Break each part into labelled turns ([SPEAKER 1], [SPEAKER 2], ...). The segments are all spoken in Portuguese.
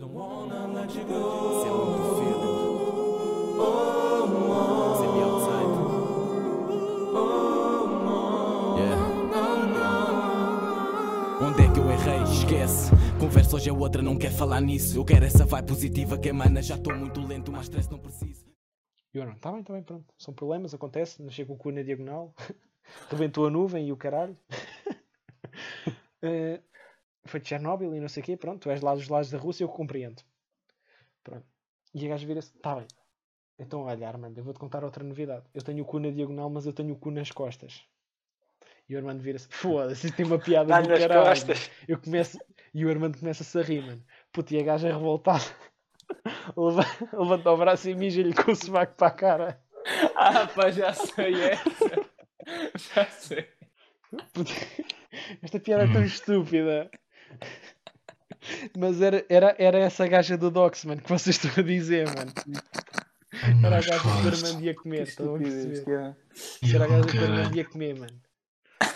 [SPEAKER 1] don't wanna let you go. Say what you feeling. Oh, oh. Say me outside. Oh, oh. Yeah. Onde é que eu errei? Esquece. Conversa hoje é outra, não quer falar nisso. Eu quero essa vibe positiva que emana. Já estou muito lento, mas stress não preciso.
[SPEAKER 2] E eu não, está bem, está bem, pronto. São problemas, acontece. Nasci com o cu na diagonal. Rebentou a nuvem e o caralho. Eh, foi de Chernobyl e não sei o quê. Pronto, tu és lá dos lados da Rússia, eu compreendo. Pronto. E a gajo vira-se, está bem. Então olha, Armando, eu vou-te contar outra novidade. Eu tenho o cu na diagonal, mas eu tenho o cu nas costas. E o Armando vira-se, foda-se, isso tem uma piada do
[SPEAKER 3] Dá-lhe nas
[SPEAKER 2] caralho.
[SPEAKER 3] costas.
[SPEAKER 2] Eu começo, e o Armando começa-se a rir, mano. Puta, e a gaja é revoltada. Leva- Levanta o braço e mija-lhe com o sovaco para a cara.
[SPEAKER 3] Ah, pá, já sei essa. Já sei.
[SPEAKER 2] Puta, Esta piada é tão estúpida. Mas era, era, era essa gaja do Dox, mano, que vocês estão a dizer, mano. Era a gaja que o Armando ia comer, estão a perceber?
[SPEAKER 3] é.
[SPEAKER 2] Era a gaja que o Armando ia comer, mano.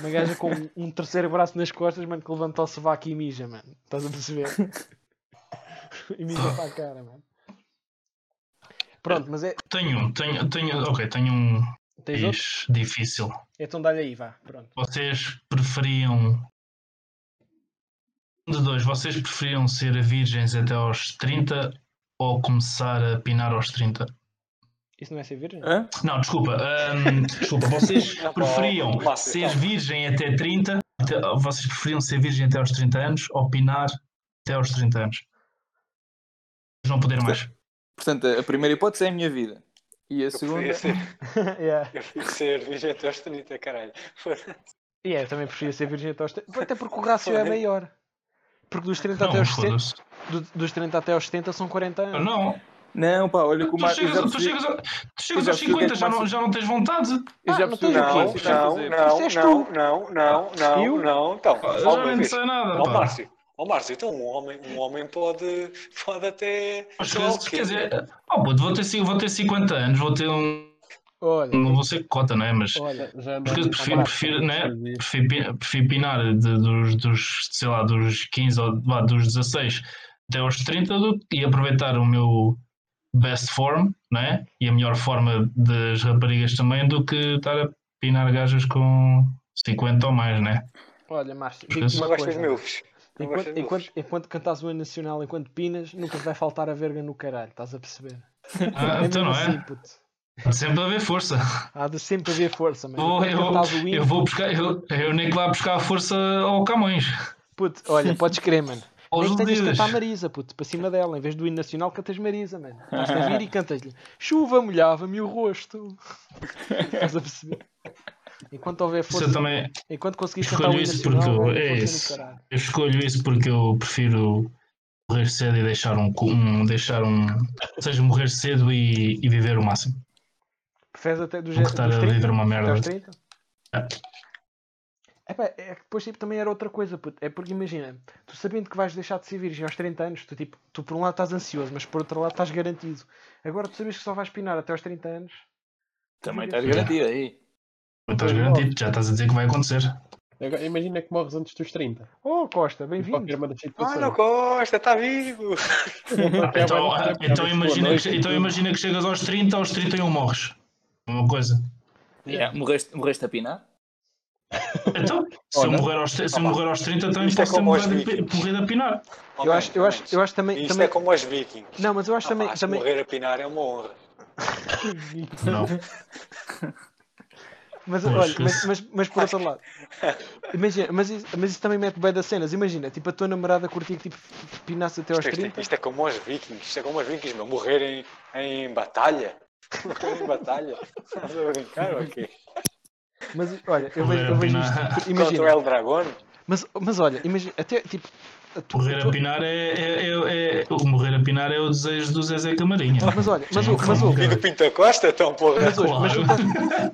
[SPEAKER 2] Uma gaja com um terceiro braço nas costas, mano, que levanta o sovaco e mija, mano. Estás a perceber? E mija para a cara, mano. Pronto, mas é.
[SPEAKER 4] Tenho um, tenho, tenho, ok, tenho um
[SPEAKER 2] Tens outro?
[SPEAKER 4] ex difícil.
[SPEAKER 2] Então dá-lhe aí, vá. Pronto.
[SPEAKER 4] Vocês preferiam. Um de dois, vocês preferiam ser virgens até aos 30 ou começar a pinar aos 30?
[SPEAKER 2] Isso não é ser virgem?
[SPEAKER 3] Hã?
[SPEAKER 4] Não, desculpa, hum, desculpa, vocês
[SPEAKER 3] Não,
[SPEAKER 4] preferiam
[SPEAKER 3] calma,
[SPEAKER 4] ser
[SPEAKER 3] calma.
[SPEAKER 4] virgem até 30? até- vocês preferiam ser virgem até aos 30 anos ou pinar até aos 30 anos? Não poder mais.
[SPEAKER 5] Portanto, a primeira hipótese é a minha vida. E a
[SPEAKER 3] Eu assim.
[SPEAKER 5] segunda.
[SPEAKER 3] preferia ser,
[SPEAKER 2] yeah.
[SPEAKER 3] eu preferia ser virgem até aos 30, caralho. Foda-se.
[SPEAKER 2] E é, eu também preferia ser virgem até aos 30. Até porque o rácio é
[SPEAKER 3] Foda-se.
[SPEAKER 2] maior. Porque dos 30 até
[SPEAKER 4] Não,
[SPEAKER 2] aos 70,
[SPEAKER 4] foda-se.
[SPEAKER 2] do- dos 30 até aos 70 são 40 anos.
[SPEAKER 4] Não,
[SPEAKER 5] Não, pá, olha que o
[SPEAKER 4] tu
[SPEAKER 5] Marco. Eu já
[SPEAKER 4] chegas, tu
[SPEAKER 5] percebi
[SPEAKER 4] chegas, a- tu chegas
[SPEAKER 5] já
[SPEAKER 4] aos
[SPEAKER 5] percebi o que é
[SPEAKER 4] 50,
[SPEAKER 5] que
[SPEAKER 4] já
[SPEAKER 5] Márcio-
[SPEAKER 4] não, já não tens vontade.
[SPEAKER 5] eu já
[SPEAKER 2] Ah, não
[SPEAKER 5] percebi o que
[SPEAKER 2] tens
[SPEAKER 5] é
[SPEAKER 3] Não,
[SPEAKER 5] que está a
[SPEAKER 3] não,
[SPEAKER 5] fazer. Ah,
[SPEAKER 2] Isto
[SPEAKER 3] não,
[SPEAKER 2] és
[SPEAKER 3] não, não, não, não,
[SPEAKER 2] Eu?
[SPEAKER 3] não. Então,
[SPEAKER 4] Eu
[SPEAKER 3] ó,
[SPEAKER 4] já não
[SPEAKER 3] Luís,
[SPEAKER 4] sei nada,
[SPEAKER 3] ó,
[SPEAKER 4] pá.
[SPEAKER 3] Márcio. Ó Márcio, então um homem, um homem pode, pode até.
[SPEAKER 4] Mas,
[SPEAKER 3] sei lá o
[SPEAKER 4] quer,
[SPEAKER 3] quê.
[SPEAKER 4] quer dizer, oh, puto, vou, ter, ci- vou ter 50 anos, vou ter um.
[SPEAKER 2] Olha,
[SPEAKER 4] Não vou ser cota, não é? Mas
[SPEAKER 2] olha.
[SPEAKER 6] Já
[SPEAKER 4] porque eu prefiro,
[SPEAKER 2] Abraço,
[SPEAKER 4] prefiro, né? prefiro, pi- prefiro pinar de- dos, dos, sei lá, dos 15 ou vá, dos 16 até aos 30 do- e aproveitar o meu best form, né? E a melhor forma das raparigas também do que estar a pinar gajas com 50 ou mais, né?
[SPEAKER 2] Olha, Márcio,
[SPEAKER 4] Porque
[SPEAKER 2] digo-te
[SPEAKER 4] se-
[SPEAKER 3] Não
[SPEAKER 2] uma
[SPEAKER 3] gostas
[SPEAKER 2] coisa.
[SPEAKER 3] de milfs. Não
[SPEAKER 2] Enquanto,
[SPEAKER 3] gostas de
[SPEAKER 2] enquanto,
[SPEAKER 3] milfs.
[SPEAKER 2] enquanto cantas o hino nacional, enquanto pinas, nunca te vai faltar a verga no caralho, estás a perceber?
[SPEAKER 4] Ah,
[SPEAKER 2] É mesmo
[SPEAKER 4] então não
[SPEAKER 2] assim,
[SPEAKER 4] é?
[SPEAKER 2] puto.
[SPEAKER 4] Sempre a haver força.
[SPEAKER 2] Há de sempre haver força, mano. Enquanto
[SPEAKER 4] Vou- Oh, Então eu,
[SPEAKER 2] cantares o hino,
[SPEAKER 4] eu vou buscar, eu, eu nem que lá buscar a força ao Camões.
[SPEAKER 2] puto, olha, podes crer, mano.
[SPEAKER 4] Aos
[SPEAKER 2] Nem que tenhas de
[SPEAKER 4] Lusíadas.
[SPEAKER 2] cantar Marisa, puto, para cima dela. Em vez do hino nacional, cantas Marisa, mano. Estás a vir e cantas-lhe. Chuva molhava-me o rosto. Estás a perceber? Enquanto houver
[SPEAKER 4] Isso
[SPEAKER 2] força,
[SPEAKER 4] eu também
[SPEAKER 2] enquanto conseguires cantar o
[SPEAKER 4] escolho
[SPEAKER 2] hino
[SPEAKER 4] isso porque
[SPEAKER 2] nacional,
[SPEAKER 4] eu,
[SPEAKER 2] vai haver
[SPEAKER 4] é
[SPEAKER 2] força
[SPEAKER 4] isso.
[SPEAKER 2] no caralho.
[SPEAKER 4] Eu escolho isso porque eu prefiro morrer cedo e deixar um, cu- um- deixar um, ou seja, morrer cedo e, e viver o máximo.
[SPEAKER 2] Preferes até do
[SPEAKER 4] Do que
[SPEAKER 2] jeito
[SPEAKER 4] estar a viver uma
[SPEAKER 2] Até
[SPEAKER 4] merda.
[SPEAKER 2] aos 30?
[SPEAKER 4] É.
[SPEAKER 2] Epá, é que depois tipo, também era outra coisa, puto. É porque imagina, tu sabendo que vais deixar de ser virgem aos 30 anos, tu, tipo, tu por um lado estás ansioso, mas por outro lado estás garantido. Agora tu sabes que só vais pinar até aos 30 anos.
[SPEAKER 5] Também estás garantido aí.
[SPEAKER 4] Não Estás garantido, já estás a dizer que vai acontecer.
[SPEAKER 6] Agora, imagina que morres antes dos 30.
[SPEAKER 2] Oh, Costa,
[SPEAKER 6] Em qualquer
[SPEAKER 2] bem-vindo.
[SPEAKER 6] uma das
[SPEAKER 3] Ah,
[SPEAKER 6] situações.
[SPEAKER 3] não gosta, está vivo.
[SPEAKER 4] Então,
[SPEAKER 6] Acaba-
[SPEAKER 4] ah, então,
[SPEAKER 6] acaba-
[SPEAKER 4] imagina, que,
[SPEAKER 6] Boa
[SPEAKER 4] então
[SPEAKER 6] noite.
[SPEAKER 4] imagina que chegas aos 30, aos 31 morres. Uma coisa.
[SPEAKER 3] É.
[SPEAKER 5] Yeah, Morreste, morreste a pinar?
[SPEAKER 4] Então, se eu
[SPEAKER 5] Olha.
[SPEAKER 4] morrer aos, se eu morrer aos então 30, também
[SPEAKER 3] Isto é
[SPEAKER 4] posso ter
[SPEAKER 3] como aos
[SPEAKER 4] morrido a pi- morrido a pinar.
[SPEAKER 2] Eu acho, eu acho, eu acho também.
[SPEAKER 3] Isto
[SPEAKER 2] também...
[SPEAKER 3] é como aos vikings.
[SPEAKER 2] Não, mas eu acho também.
[SPEAKER 3] Rapaz,
[SPEAKER 2] também...
[SPEAKER 3] Morrer a pinar é uma honra.
[SPEAKER 4] Não.
[SPEAKER 2] Mas
[SPEAKER 4] Pois,
[SPEAKER 2] olha,
[SPEAKER 4] que
[SPEAKER 2] mas,
[SPEAKER 4] se-
[SPEAKER 2] mas, mas por outro lado, imagina, mas isso, mas isso também mete bem das cenas. Imagina, tipo, a tua namorada curtia que tipo, pinasse até aos
[SPEAKER 3] Isto, é-
[SPEAKER 2] 30.
[SPEAKER 3] isto é como aos vikings. Isto é como aos vikings, meu. Morrerem em batalha. Morrer em batalha. Estás a brincar ou quê?
[SPEAKER 2] Mas olha, eu vejo,
[SPEAKER 4] Morrer
[SPEAKER 2] eu
[SPEAKER 4] a
[SPEAKER 2] vejo
[SPEAKER 4] pinar.
[SPEAKER 2] isto.
[SPEAKER 3] Contra o
[SPEAKER 2] Imagina,
[SPEAKER 3] El Dragão.
[SPEAKER 2] mas, mas olha, imagina, até tipo, a tua, a
[SPEAKER 4] Morrer a
[SPEAKER 2] tua-
[SPEAKER 4] pinar é, é- é- é- O morrer a pinar é o desejo do Zezé Camarinha.
[SPEAKER 2] mas olha, mas,
[SPEAKER 4] Sim,
[SPEAKER 2] o- mas, o-
[SPEAKER 3] E do Pinta Costa, então, porra.
[SPEAKER 2] mas, hoje, mas,
[SPEAKER 4] Claro.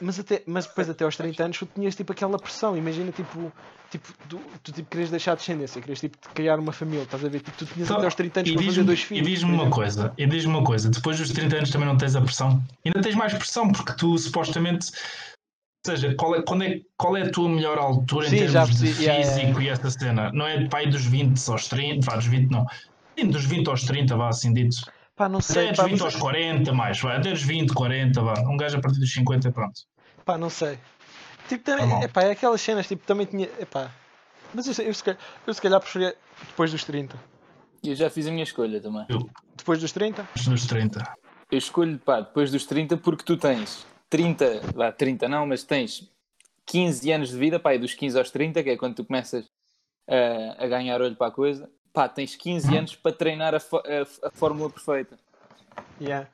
[SPEAKER 2] mas até, mas depois até aos 30 anos tu tinhas tipo aquela pressão. Imagina, tipo, tipo tu, tu tipo, querias deixar descendência, querias tipo criar uma família, estás a ver? Tipo, tu tinhas
[SPEAKER 4] Então,
[SPEAKER 2] até aos 30 anos
[SPEAKER 4] E
[SPEAKER 2] para fazer
[SPEAKER 4] diz-me
[SPEAKER 2] dois filhos.
[SPEAKER 4] diz
[SPEAKER 2] por
[SPEAKER 4] uma
[SPEAKER 2] exemplo.
[SPEAKER 4] coisa, e diz-me uma coisa, depois dos 30 anos também não tens a pressão. Ainda tens mais pressão, porque tu supostamente seja, qual é, quando é, qual é a tua melhor altura
[SPEAKER 2] Sim,
[SPEAKER 4] em termos
[SPEAKER 2] já
[SPEAKER 4] de
[SPEAKER 2] percebi, é.
[SPEAKER 4] físico
[SPEAKER 2] yeah, yeah.
[SPEAKER 4] e essa cena? Não é pai dos 20 aos 30, vá, dos 20 não. Sim, dos 20 aos 30, vá, assim dito.
[SPEAKER 2] Pá, não
[SPEAKER 4] Até
[SPEAKER 2] sei.
[SPEAKER 4] dos
[SPEAKER 2] Pá,
[SPEAKER 4] 20
[SPEAKER 2] mas-
[SPEAKER 4] aos 40, mais, vai, até dos 20, 40, vá. Um gajo a partir dos 50, pronto.
[SPEAKER 2] Pá, não sei. Tipo, também,
[SPEAKER 4] Normal.
[SPEAKER 2] epá, é aquelas cenas, tipo, também tinha. Epá. Mas eu, sei- eu, se calhar, eu se calhar preferia depois dos 30.
[SPEAKER 5] Eu já fiz a minha escolha também.
[SPEAKER 2] Depois dos 30?
[SPEAKER 4] Antes dos 30.
[SPEAKER 5] Eu escolho, pá, depois dos 30 porque tu tens 30, vá, 30 não, mas tens 15 anos de vida, pá, e dos 15 aos 30, que é quando tu começas eh, a ganhar olho para a coisa, pá, tens 15 anos para treinar a, fó- a- a fórmula perfeita.
[SPEAKER 2] Yeah.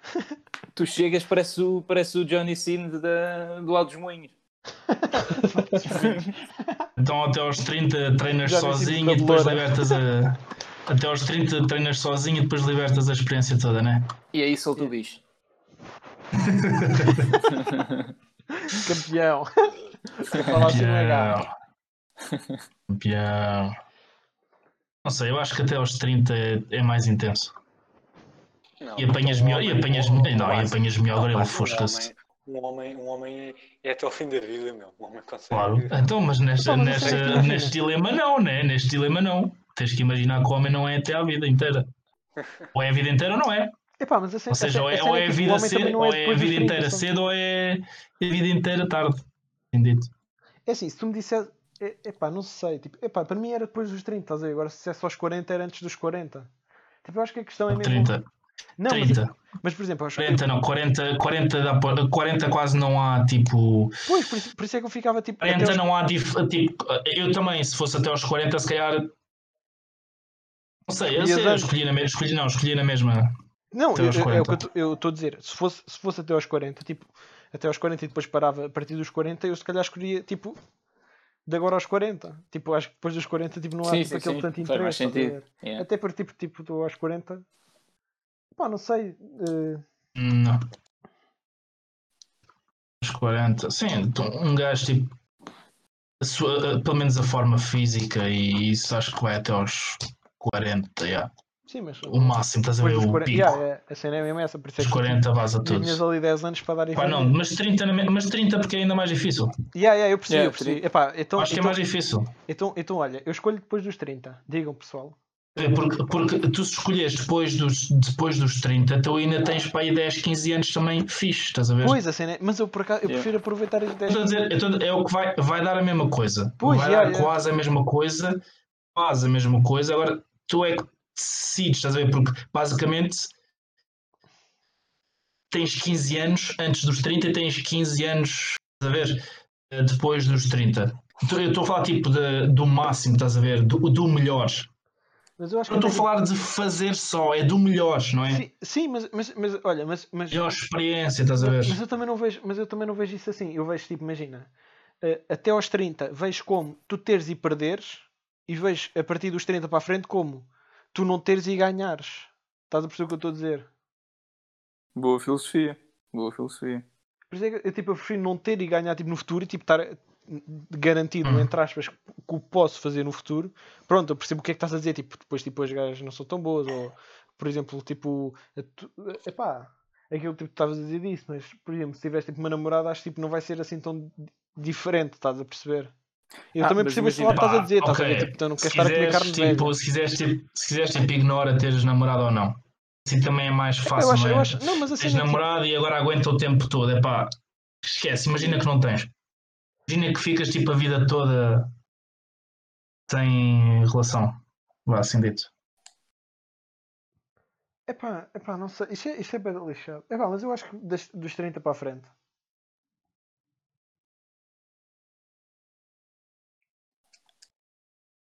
[SPEAKER 5] Tu chegas, parece o, parece o Johnny Cena da- do Alto dos Moinhos.
[SPEAKER 4] Então até aos 30 treinas
[SPEAKER 2] Já me sinto
[SPEAKER 4] sozinho e depois
[SPEAKER 2] cabeleira.
[SPEAKER 4] libertas a. Até aos 30 treinas sozinho e depois libertas a experiência toda, né?
[SPEAKER 5] E é aí solta
[SPEAKER 2] é-
[SPEAKER 5] o bicho.
[SPEAKER 2] Campeão. Falar assim não é gato.
[SPEAKER 4] Campeão. Não sei, eu acho que até aos 30 é- é mais intenso.
[SPEAKER 2] é
[SPEAKER 3] Não,
[SPEAKER 4] E apanhas melhor, e
[SPEAKER 3] homem-
[SPEAKER 4] apanhas
[SPEAKER 3] um-
[SPEAKER 4] melhor, não, e
[SPEAKER 3] rapaz,
[SPEAKER 4] apanhas melhor agora é ele
[SPEAKER 3] rapaz, um
[SPEAKER 4] fosca-se.
[SPEAKER 3] homem- Um homem, um homem é, é até o fim da vida, meu. Um homem consegue.
[SPEAKER 4] Claro. Então, mas nesta,
[SPEAKER 2] Então, mas não sei.
[SPEAKER 4] nesta, neste dilema não, né? Neste dilema não. Tens que imaginar que o homem não é até à vida inteira. Ou é a vida inteira ou não é.
[SPEAKER 2] Epá, mas a cena, tipo,
[SPEAKER 4] Ou seja, ou é, ou é a vida cedo, ou é a vida inteira cedo, ou é a vida inteira tarde. Entendido.
[SPEAKER 2] É assim, se tu me dissesse. é- Epá, não sei. Tipo, epá, para mim era depois dos 30, estás a ver? Agora se é dissesse aos 40 era antes dos 40. Tipo, eu acho que a questão é mesmo.
[SPEAKER 4] 30,
[SPEAKER 2] não, mas- tipo,
[SPEAKER 4] 30,
[SPEAKER 2] Mas, por exemplo, acho
[SPEAKER 4] 40, não, 40, 40, dá para- 40 quase não há tipo.
[SPEAKER 2] Pois, por isso, por isso é que eu ficava tipo. até
[SPEAKER 4] 40
[SPEAKER 2] aos-
[SPEAKER 4] não há dif- tipo. Eu também, se fosse até aos 40, se calhar. Não sei, eu,
[SPEAKER 2] Escolhias
[SPEAKER 4] sei, eu
[SPEAKER 2] antes.
[SPEAKER 4] escolhi na mesma. Escolhi, não, escolhi na mesma.
[SPEAKER 2] Não,
[SPEAKER 4] até
[SPEAKER 2] eu-
[SPEAKER 4] aos
[SPEAKER 2] eu- é o
[SPEAKER 4] 40.
[SPEAKER 2] que eu tô- eu estou a dizer. Se fosse, se fosse até aos 40, tipo, até aos 40 e depois parava a partir dos 40, eu se calhar escolhia, tipo, de agora aos 40. Tipo, acho que depois dos 40 tipo, não há
[SPEAKER 5] Sim,
[SPEAKER 2] tipo,
[SPEAKER 5] sim,
[SPEAKER 2] aquele
[SPEAKER 5] sim.
[SPEAKER 2] tanto
[SPEAKER 5] Faz
[SPEAKER 2] interesse. estás
[SPEAKER 5] mais
[SPEAKER 2] a
[SPEAKER 5] sentido.
[SPEAKER 2] ver?
[SPEAKER 5] Yeah.
[SPEAKER 2] Até por tipo, tipo, tu aos 40. Pá, não sei. eh,
[SPEAKER 4] Não. Os 40. Sim, então, um gajo tipo. a sua- a- pelo menos a forma física e isso acho que vai até aos 40, yeah.
[SPEAKER 2] sim, mas.
[SPEAKER 4] o máximo, estás a ver?
[SPEAKER 2] Depois dos
[SPEAKER 4] O
[SPEAKER 2] 40.
[SPEAKER 4] um pico.
[SPEAKER 2] Yeah, é, a cena é mesmo essa. Por isso é
[SPEAKER 4] Os
[SPEAKER 2] que eu
[SPEAKER 4] 40 vaza
[SPEAKER 2] tive-
[SPEAKER 4] tudo.
[SPEAKER 2] tinhas ali 10 anos para dar e
[SPEAKER 4] Pá, não, mas 30, na me- mas 30 porque é ainda mais difícil.
[SPEAKER 2] Yeah, yeah, eu percebi,
[SPEAKER 5] Yeah,
[SPEAKER 2] eu percebi. Epá, então,
[SPEAKER 4] acho que é
[SPEAKER 2] então,
[SPEAKER 4] mais difícil.
[SPEAKER 2] então, então, olha, eu escolho depois dos 30. Digam, pessoal.
[SPEAKER 4] É Porque, porque tu se escolheres depois dos, depois dos 30, tu ainda tens para aí 10, 15 anos também fixe, estás a ver?
[SPEAKER 2] Pois, a cena é- Mas eu, por acaso, eu
[SPEAKER 5] Yeah.
[SPEAKER 2] prefiro aproveitar as
[SPEAKER 4] Eu
[SPEAKER 2] 10
[SPEAKER 4] estou a dizer, eu estou a dizer, é o que vai, vai dar a mesma coisa.
[SPEAKER 2] Pois,
[SPEAKER 4] vai
[SPEAKER 2] já,
[SPEAKER 4] dar
[SPEAKER 2] já.
[SPEAKER 4] quase a mesma coisa, quase a mesma coisa. Agora tu é que decides, estás a ver? Porque basicamente tens 15 anos antes dos 30 e tens 15 anos, estás a ver? eh, Depois dos 30. Então, Eu estou a falar tipo de- do máximo, estás a ver? Do, do melhor.
[SPEAKER 2] Mas eu acho
[SPEAKER 4] Eu estou a
[SPEAKER 2] até-
[SPEAKER 4] falar de fazer só, é do melhor, não é?
[SPEAKER 2] Sim, sim, mas, mas, mas olha, mas, mas,
[SPEAKER 4] Melhor experiência, estás a ver?
[SPEAKER 2] mas eu também não vejo, mas eu também não vejo isso assim. Eu vejo tipo, imagina, eh, até aos 30 vejo como tu teres e perderes, e vejo a partir dos 30 para a frente como tu não teres e ganhares. Estás a perceber o que eu estou a dizer?
[SPEAKER 5] Boa filosofia. Boa filosofia.
[SPEAKER 2] Por isso é que eu, tipo, eu prefiro não ter e ganhar tipo, no futuro e tipo, estar eh, garantido,
[SPEAKER 4] Hum.
[SPEAKER 2] entre aspas, que o posso fazer no futuro. Pronto, eu percebo o que é que estás a dizer. Tipo, depois tipo, as gajas não são tão boas, ou por exemplo, tipo, a tu- epá, aquilo que tipo, tu estavas a dizer disso, mas por exemplo, se tiveres tipo, uma namorada, acho que tipo, não vai ser assim tão di- diferente, estás a perceber? Eu
[SPEAKER 5] Ah,
[SPEAKER 2] também
[SPEAKER 5] mas
[SPEAKER 2] percebo este
[SPEAKER 5] imagina-
[SPEAKER 2] lado que estás a dizer,
[SPEAKER 4] Pá,
[SPEAKER 2] estás a ver?
[SPEAKER 4] ok.
[SPEAKER 2] Tipo, tu não
[SPEAKER 4] Se
[SPEAKER 2] queres estar a comer
[SPEAKER 4] quiseres,
[SPEAKER 2] carne
[SPEAKER 4] tipo,
[SPEAKER 2] velha.
[SPEAKER 4] se quiseres, tipo, se quiseres, tipo, ignora teres namorado ou não. Assim também é mais
[SPEAKER 2] Epá,
[SPEAKER 4] fácil,
[SPEAKER 2] eu acho,
[SPEAKER 4] não é?
[SPEAKER 2] eu acho, não, mas assim,
[SPEAKER 4] Tens namorado e agora aguenta o tempo todo. É pá, esquece. Imagina que não tens. Imagina que ficas tipo a vida toda sem relação. Vá, assim dito.
[SPEAKER 2] epá, epá, não sei, isto é, isto é bem lixado. Epá, mas eu acho que das- dos 30 para a frente.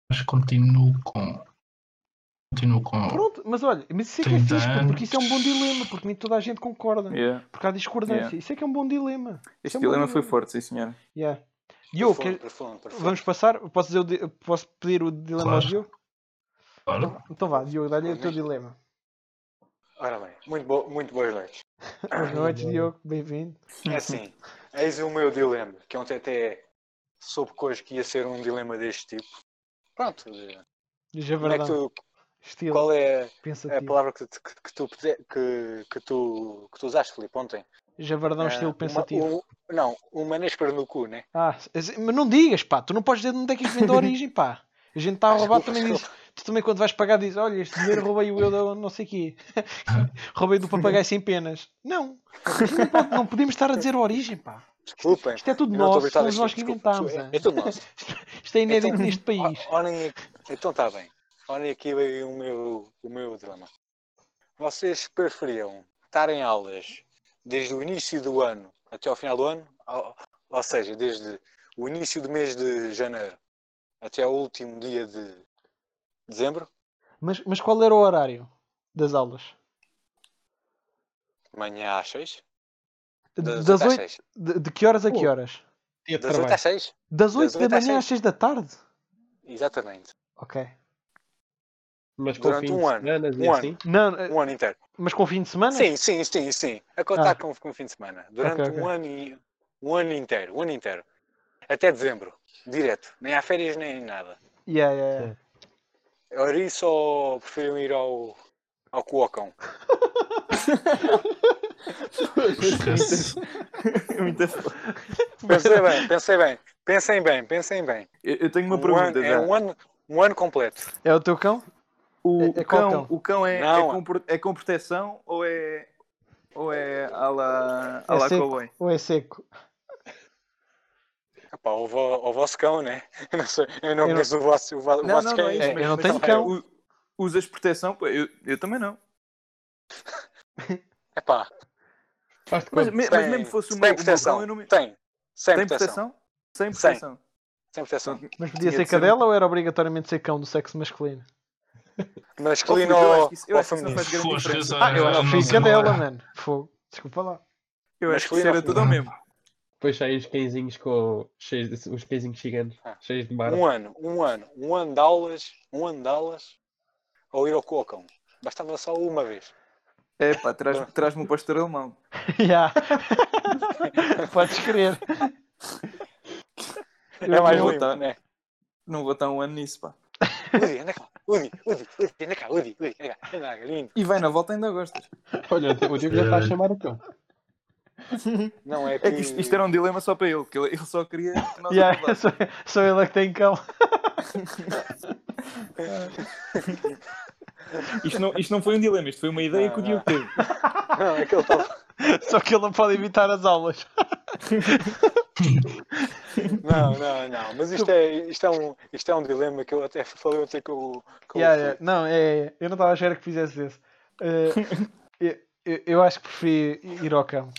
[SPEAKER 4] Mas continuo com. Continuo com.
[SPEAKER 2] Pronto, mas olha, mas isso é que é
[SPEAKER 4] 30
[SPEAKER 2] fixe, pá, porque
[SPEAKER 4] anos.
[SPEAKER 2] isso é um bom dilema, porque nem toda a gente concorda,
[SPEAKER 3] É.
[SPEAKER 5] Yeah.
[SPEAKER 2] porque há discordância.
[SPEAKER 5] Yeah.
[SPEAKER 2] Isso é que é um bom dilema. Isso
[SPEAKER 5] Este
[SPEAKER 2] é um bom
[SPEAKER 5] dilema foi forte, sim senhor.
[SPEAKER 2] Yeah. Diogo,
[SPEAKER 3] Profundo,
[SPEAKER 2] quer-
[SPEAKER 3] profundo, profundo.
[SPEAKER 2] vamos passar? Eu Posso, dizer o di- eu posso pedir o dilema ao
[SPEAKER 4] Claro.
[SPEAKER 2] Diogo?
[SPEAKER 4] Claro.
[SPEAKER 2] Então vá, Diogo, dá-lhe o teu dilema.
[SPEAKER 3] Ora bem, muito, bo muito boas noites.
[SPEAKER 2] Boas noites, Diogo, bem-vindo.
[SPEAKER 3] É assim, eis o meu dilema, que ontem até soube coisas que ia ser um dilema deste tipo. Pronto, de-
[SPEAKER 2] Diz a
[SPEAKER 3] como é que
[SPEAKER 2] verdade.
[SPEAKER 3] tu,
[SPEAKER 2] Estilo.
[SPEAKER 3] Qual é
[SPEAKER 2] Pensativo.
[SPEAKER 3] é a palavra que, tu- que, que tu, pode- que, que, tu, que tu usaste, Filipe, ontem?
[SPEAKER 2] Javardão,
[SPEAKER 3] Eh,
[SPEAKER 2] estilo
[SPEAKER 3] uma-
[SPEAKER 2] pensativo.
[SPEAKER 3] o- não, o Manespera no cu, né?
[SPEAKER 2] Ah, mas não digas, pá, tu não podes dizer de onde é que isto vem da origem, pá. A gente está a roubar,
[SPEAKER 3] Desculpa,
[SPEAKER 2] também diz.
[SPEAKER 3] desculpa.
[SPEAKER 2] Tu também, quando vais pagar, dizes: Olha, este dinheiro roubei o eu da não sei quê. roubei do papagaio sem penas. Não, não, pode- não podemos estar a dizer a origem, pá.
[SPEAKER 3] Desculpem.
[SPEAKER 2] Isto é tudo
[SPEAKER 3] eu não estou
[SPEAKER 2] nosso,
[SPEAKER 3] habituado a
[SPEAKER 2] somos nós
[SPEAKER 3] este
[SPEAKER 2] que
[SPEAKER 3] tipo,
[SPEAKER 2] inventámos.
[SPEAKER 3] desculpa.
[SPEAKER 2] é.
[SPEAKER 3] É, é tudo nosso.
[SPEAKER 2] Isto é inédito
[SPEAKER 3] Então-
[SPEAKER 2] neste país.
[SPEAKER 3] O- Olhem, então está bem. Olhem aqui o meu, o meu drama. Vocês preferiam estar em aulas desde o início do ano até ao final do ano? Ou, ou seja, desde o início do mês de janeiro até ao último dia de dezembro?
[SPEAKER 2] Mas, mas qual era o horário das aulas?
[SPEAKER 3] de Manhã às seis?
[SPEAKER 2] De,
[SPEAKER 3] Das,
[SPEAKER 2] das
[SPEAKER 3] oito às
[SPEAKER 2] oito-
[SPEAKER 3] seis?
[SPEAKER 2] de, de que horas a que horas?
[SPEAKER 6] Dia
[SPEAKER 3] Das
[SPEAKER 6] de
[SPEAKER 3] oito
[SPEAKER 6] trabalho.
[SPEAKER 3] às seis?
[SPEAKER 2] Das
[SPEAKER 3] das
[SPEAKER 2] 8 da
[SPEAKER 3] oito às
[SPEAKER 2] manhã às
[SPEAKER 3] seis.
[SPEAKER 2] 6 da tarde?
[SPEAKER 3] Exatamente.
[SPEAKER 2] Ok.
[SPEAKER 6] Mas com
[SPEAKER 3] durante
[SPEAKER 6] fim de
[SPEAKER 3] um ano.
[SPEAKER 6] semana e
[SPEAKER 3] Um
[SPEAKER 6] assim.
[SPEAKER 2] Não, eh,
[SPEAKER 3] Um ano inteiro.
[SPEAKER 2] mas com fim de semana?
[SPEAKER 3] Sim, sim, sim, sim. A contar
[SPEAKER 2] Ah.
[SPEAKER 3] com, com o fim de semana. Durante
[SPEAKER 2] Ok, ok.
[SPEAKER 3] um ano e um ano inteiro, um ano inteiro. Até dezembro. Direto. Nem há férias nem nada.
[SPEAKER 2] Yeah, yeah, yeah.
[SPEAKER 3] Ora isso ou preferiam ir ao, ao Cuocão?
[SPEAKER 4] Esquece.
[SPEAKER 5] Muita-
[SPEAKER 3] Pensei bem, pensei bem. Pensem bem, pensem bem.
[SPEAKER 5] Eu eu tenho uma
[SPEAKER 3] Um
[SPEAKER 5] pergunta.
[SPEAKER 3] ano,
[SPEAKER 5] já.
[SPEAKER 3] é um ano, um ano completo.
[SPEAKER 2] É o teu cão?
[SPEAKER 5] O,
[SPEAKER 2] É-
[SPEAKER 5] o
[SPEAKER 2] é qual
[SPEAKER 5] cão,
[SPEAKER 2] cão?
[SPEAKER 5] o cão é,
[SPEAKER 3] Não.
[SPEAKER 5] é, com, pro- é com proteção ou é. Ou é à la, à
[SPEAKER 2] É
[SPEAKER 5] la
[SPEAKER 2] seco.
[SPEAKER 5] cowboy?
[SPEAKER 2] Ou é seco?
[SPEAKER 3] Epá, o, vo, o vosso cão, né? Eu não, sei, eu não
[SPEAKER 2] Eu não-
[SPEAKER 3] conheço o vosso, o, vo- o vosso cão.
[SPEAKER 2] isso, É,
[SPEAKER 5] mas-
[SPEAKER 2] eu não
[SPEAKER 5] mas
[SPEAKER 2] tenho
[SPEAKER 5] também
[SPEAKER 2] cão.
[SPEAKER 5] u- Usas proteção? Pô, Eu, eu também não.
[SPEAKER 3] Epá,
[SPEAKER 6] Faz de
[SPEAKER 5] Mas,
[SPEAKER 6] conta.
[SPEAKER 5] me- mas
[SPEAKER 3] sem-
[SPEAKER 5] mesmo que fosse o
[SPEAKER 3] sem
[SPEAKER 5] meu, o meu
[SPEAKER 3] proteção.
[SPEAKER 5] cão, eu não me...
[SPEAKER 3] Tem. Sem
[SPEAKER 5] Tem
[SPEAKER 3] proteção.
[SPEAKER 5] proteção? Sem
[SPEAKER 3] Sem.
[SPEAKER 5] proteção.
[SPEAKER 3] Sem proteção.
[SPEAKER 2] Mas podia
[SPEAKER 5] Tinha
[SPEAKER 2] ser
[SPEAKER 5] de ser um-
[SPEAKER 2] cadela ou era obrigatoriamente ser cão do sexo masculino?
[SPEAKER 3] Masculino
[SPEAKER 5] Eu acho
[SPEAKER 3] ou,
[SPEAKER 5] que isso- eu
[SPEAKER 3] ou
[SPEAKER 5] acho que isso não
[SPEAKER 3] feminino?
[SPEAKER 5] faz grande
[SPEAKER 4] Foste,
[SPEAKER 5] diferença.
[SPEAKER 4] essa-
[SPEAKER 2] Ah, eu acho
[SPEAKER 4] não
[SPEAKER 2] que fui
[SPEAKER 4] sei.
[SPEAKER 2] cadela, mano. Fogo. Desculpa lá.
[SPEAKER 5] Eu acho que
[SPEAKER 3] Masculino
[SPEAKER 5] isso era
[SPEAKER 3] ou
[SPEAKER 5] tudo ao mesmo.
[SPEAKER 6] Depois saem os cãezinhos com. Cheios, os cãezinhos gigantes.
[SPEAKER 3] Ah.
[SPEAKER 6] Cheios de barro.
[SPEAKER 3] Um ano, um ano, um ano de aulas, um ano de aulas, ou ir ao Cocão. Bastava só uma vez.
[SPEAKER 5] É pá, traz- traz-me um pastor alemão.
[SPEAKER 2] Já. Podes crer.
[SPEAKER 3] é mais
[SPEAKER 5] não vou
[SPEAKER 3] limpo,
[SPEAKER 5] tá.
[SPEAKER 3] né?
[SPEAKER 5] Não vou estar um ano nisso, pá.
[SPEAKER 3] Udi, anda cá, Udi, Udi, Udi, anda cá, Udi, Udi, anda cá, anda cá, lindo.
[SPEAKER 5] E vai na volta ainda gostas.
[SPEAKER 6] Olha, o Diogo já está
[SPEAKER 2] É.
[SPEAKER 6] a chamar o cão.
[SPEAKER 3] Não é que.
[SPEAKER 5] É que isto, isto era um dilema só para ele, porque ele, ele só queria que nós
[SPEAKER 2] Já,
[SPEAKER 5] acabasse.
[SPEAKER 2] sou, sou ele que tem cão.
[SPEAKER 5] Isto não, isto não foi um dilema, isto foi uma ideia
[SPEAKER 3] Não,
[SPEAKER 5] que o
[SPEAKER 3] não.
[SPEAKER 5] Diogo teve.
[SPEAKER 2] um-
[SPEAKER 3] Não, é que ele estava.
[SPEAKER 2] Só que ele não pode evitar as aulas.
[SPEAKER 3] Não, não, não. Mas isto é, isto, é um, isto é um dilema que eu até falei ontem com o. Com o
[SPEAKER 2] Já, já.
[SPEAKER 3] Filipe.
[SPEAKER 2] Não, é, é. Eu não estava a achar que fizesse esse. Eh, eu- eu, eu acho que preferi ir ao cão.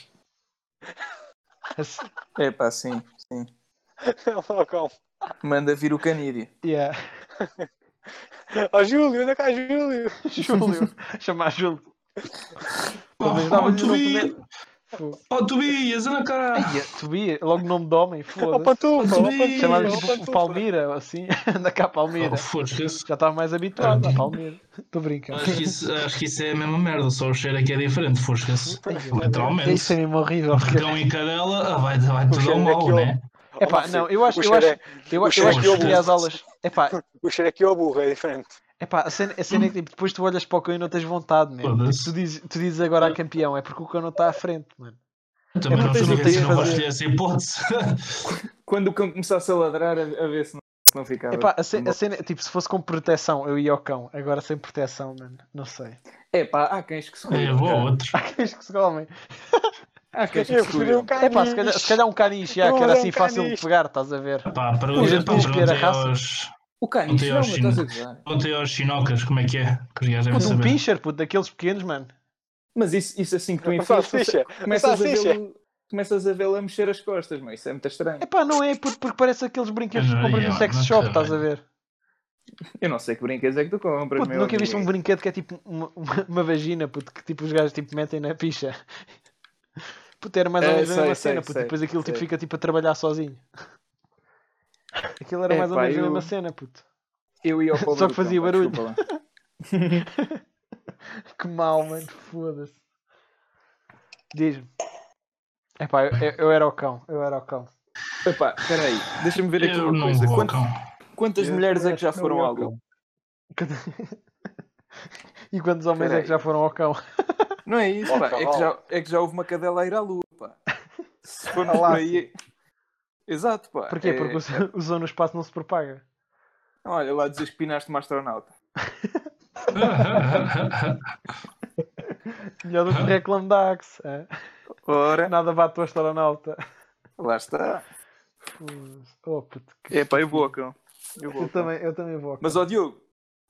[SPEAKER 2] Assim,
[SPEAKER 5] É pá, sim, sim.
[SPEAKER 3] Ó, cão.
[SPEAKER 5] Manda vir o canídeo.
[SPEAKER 2] yeah.
[SPEAKER 3] Ó, Júlio, anda cá, Júlio.
[SPEAKER 2] Júlio. Chamar Júlio. Pelo menos
[SPEAKER 4] Oh,
[SPEAKER 2] dava-lhe o nome
[SPEAKER 4] Tobias!
[SPEAKER 2] dele. Fogo.
[SPEAKER 4] Oh, Tobias, anda cá!
[SPEAKER 2] Ia, Tobias, logo nome de homem,
[SPEAKER 3] Ó,
[SPEAKER 2] foda-se.
[SPEAKER 3] Pantufa, ó,
[SPEAKER 4] Sim,
[SPEAKER 3] Pantufa.
[SPEAKER 2] Chamava-lhe
[SPEAKER 3] ó,
[SPEAKER 2] tipo
[SPEAKER 3] Pantufa.
[SPEAKER 2] Palmeira, ou assim, anda cá Palmeira.
[SPEAKER 4] Oh, foste, esquece.
[SPEAKER 2] Já estava mais habituado à Palmeira. Estou brincando.
[SPEAKER 4] Acho que, isso, acho que isso é a mesma merda, só o cheiro é que é diferente, fosca-se. Literalmente.
[SPEAKER 2] Isso é mesmo horrível.
[SPEAKER 4] Cão e cadela, ah, vai, vai
[SPEAKER 3] O
[SPEAKER 4] tudo ao
[SPEAKER 3] cheiro é
[SPEAKER 4] mal,
[SPEAKER 3] que eu-
[SPEAKER 4] né?
[SPEAKER 2] É pá, não, eu acho,
[SPEAKER 3] O
[SPEAKER 2] eu
[SPEAKER 3] cheiro
[SPEAKER 2] acho,
[SPEAKER 3] é-
[SPEAKER 2] eu, eu acho
[SPEAKER 3] cheiro
[SPEAKER 4] é
[SPEAKER 2] que eu escolhi
[SPEAKER 4] horrível.
[SPEAKER 2] as aulas. É pá,
[SPEAKER 3] O cheiro aqui ao burro é diferente.
[SPEAKER 2] é pá, a cena, a cena é que tipo, depois tu olhas para o cão e não tens vontade, mano.
[SPEAKER 4] Foda-se.
[SPEAKER 2] Tu dizes, tu dizes agora a campeão, é porque o cão não está à frente, mano.
[SPEAKER 4] Eu Também
[SPEAKER 2] É,
[SPEAKER 4] não
[SPEAKER 2] tu tens
[SPEAKER 4] sei
[SPEAKER 2] o
[SPEAKER 4] que
[SPEAKER 2] que
[SPEAKER 4] se não
[SPEAKER 2] fazer.
[SPEAKER 4] vais ter essa hipótese.
[SPEAKER 5] Quando o cão começasse a ladrar, a, a ver se não, se não ficava.
[SPEAKER 2] É pá, a cena, a cena- tipo, se fosse com proteção, eu ia ao cão. Agora sem proteção, mano, não sei.
[SPEAKER 5] É pá, há cães que se
[SPEAKER 4] É,
[SPEAKER 5] cuidam.
[SPEAKER 4] vou
[SPEAKER 5] cara.
[SPEAKER 4] outro.
[SPEAKER 2] Acho que se comem.
[SPEAKER 5] Há cães que
[SPEAKER 3] Eu
[SPEAKER 5] se
[SPEAKER 3] preferi
[SPEAKER 5] cuidam.
[SPEAKER 3] um cara.
[SPEAKER 2] É pá, se calhar, se calhar um caniche, já, que era
[SPEAKER 3] Olha,
[SPEAKER 2] assim
[SPEAKER 3] um
[SPEAKER 2] fácil de
[SPEAKER 3] caniche.
[SPEAKER 2] pegar, estás a ver.
[SPEAKER 4] Pá,
[SPEAKER 2] Pois,
[SPEAKER 4] pergunta, pá,
[SPEAKER 2] tens que ver a
[SPEAKER 4] perguntei
[SPEAKER 2] raça.
[SPEAKER 4] aos,
[SPEAKER 5] O caniche
[SPEAKER 4] Ontem
[SPEAKER 5] não,
[SPEAKER 4] aos
[SPEAKER 5] mas estás a
[SPEAKER 4] chineses.
[SPEAKER 5] gozar.
[SPEAKER 4] perguntei aos chinocas como é que é, queria devem
[SPEAKER 2] Puto, um
[SPEAKER 4] saber.
[SPEAKER 2] pincher, puto, daqueles pequenos, mano.
[SPEAKER 5] Mas isso, isso assim que tu
[SPEAKER 3] Uma
[SPEAKER 5] enfias, tu
[SPEAKER 3] salsicha,
[SPEAKER 5] se-
[SPEAKER 3] uma
[SPEAKER 5] começas a
[SPEAKER 3] salsicha.
[SPEAKER 5] vê-lo começas a vê-lo a mexer as costas, mas isso é muito estranho.
[SPEAKER 2] É pá, não é, puto, porque parece aqueles brinquedos que
[SPEAKER 4] Eu não
[SPEAKER 2] compras
[SPEAKER 4] ia,
[SPEAKER 2] no
[SPEAKER 4] mano,
[SPEAKER 2] sex
[SPEAKER 4] não
[SPEAKER 2] shop,
[SPEAKER 4] sei,
[SPEAKER 2] estás a
[SPEAKER 4] mano.
[SPEAKER 2] ver.
[SPEAKER 5] Eu não sei que brinquedos é que tu compras,
[SPEAKER 2] Puto,
[SPEAKER 5] meu
[SPEAKER 2] nunca
[SPEAKER 5] amigo.
[SPEAKER 2] viste um brinquedo que é tipo uma, uma- uma vagina, puto, que tipo os gajos tipo, metem na picha. Puto, era mais ou
[SPEAKER 5] É,
[SPEAKER 2] menos a
[SPEAKER 5] sei,
[SPEAKER 2] mesma
[SPEAKER 5] sei,
[SPEAKER 2] cena, puto,
[SPEAKER 5] sei,
[SPEAKER 2] depois aquilo tipo,
[SPEAKER 5] sei.
[SPEAKER 2] fica tipo a trabalhar sozinho. Aquilo era
[SPEAKER 5] É,
[SPEAKER 2] mais ou
[SPEAKER 5] pá,
[SPEAKER 2] menos a
[SPEAKER 5] eu-
[SPEAKER 2] mesma cena, puto.
[SPEAKER 5] Eu ia ao pobre
[SPEAKER 2] Só que
[SPEAKER 5] do
[SPEAKER 2] fazia
[SPEAKER 5] cão, pá,
[SPEAKER 2] barulho.
[SPEAKER 5] desculpa lá.
[SPEAKER 2] Que mal, mano, foda-se. Diz-me. É pá, eu, eu era o cão, eu era o cão.
[SPEAKER 5] Epá, peraí, deixa-me ver aqui
[SPEAKER 4] Eu
[SPEAKER 5] uma
[SPEAKER 4] não
[SPEAKER 5] coisa.
[SPEAKER 4] vou,
[SPEAKER 5] Quant-
[SPEAKER 4] cão.
[SPEAKER 5] quantas mulheres é que já
[SPEAKER 6] Não,
[SPEAKER 5] foram
[SPEAKER 6] eu-
[SPEAKER 5] ao cão?
[SPEAKER 2] E quantos homens é
[SPEAKER 5] Peraí.
[SPEAKER 2] que já foram ao cão?
[SPEAKER 5] Não é isso, pá. É que, já, é que já houve uma cadela a ir à lua, pá. Se formos por aí. Exato, pá.
[SPEAKER 2] Porquê?
[SPEAKER 5] É-
[SPEAKER 2] Porque o, zo- o zoom no espaço não se propaga.
[SPEAKER 5] Olha lá, dizes que pinaste uma astronauta.
[SPEAKER 2] Melhor do que o reclame da Axe. é.
[SPEAKER 5] Ora,
[SPEAKER 2] Nada bate o astronauta.
[SPEAKER 5] lá está.
[SPEAKER 2] Foda-se. Oh, puto, que-
[SPEAKER 5] É pá, eu vou ao cão. Eu vou.
[SPEAKER 2] Eu
[SPEAKER 5] ao cão.
[SPEAKER 2] também, eu também vou.
[SPEAKER 5] Mas, ó Diogo,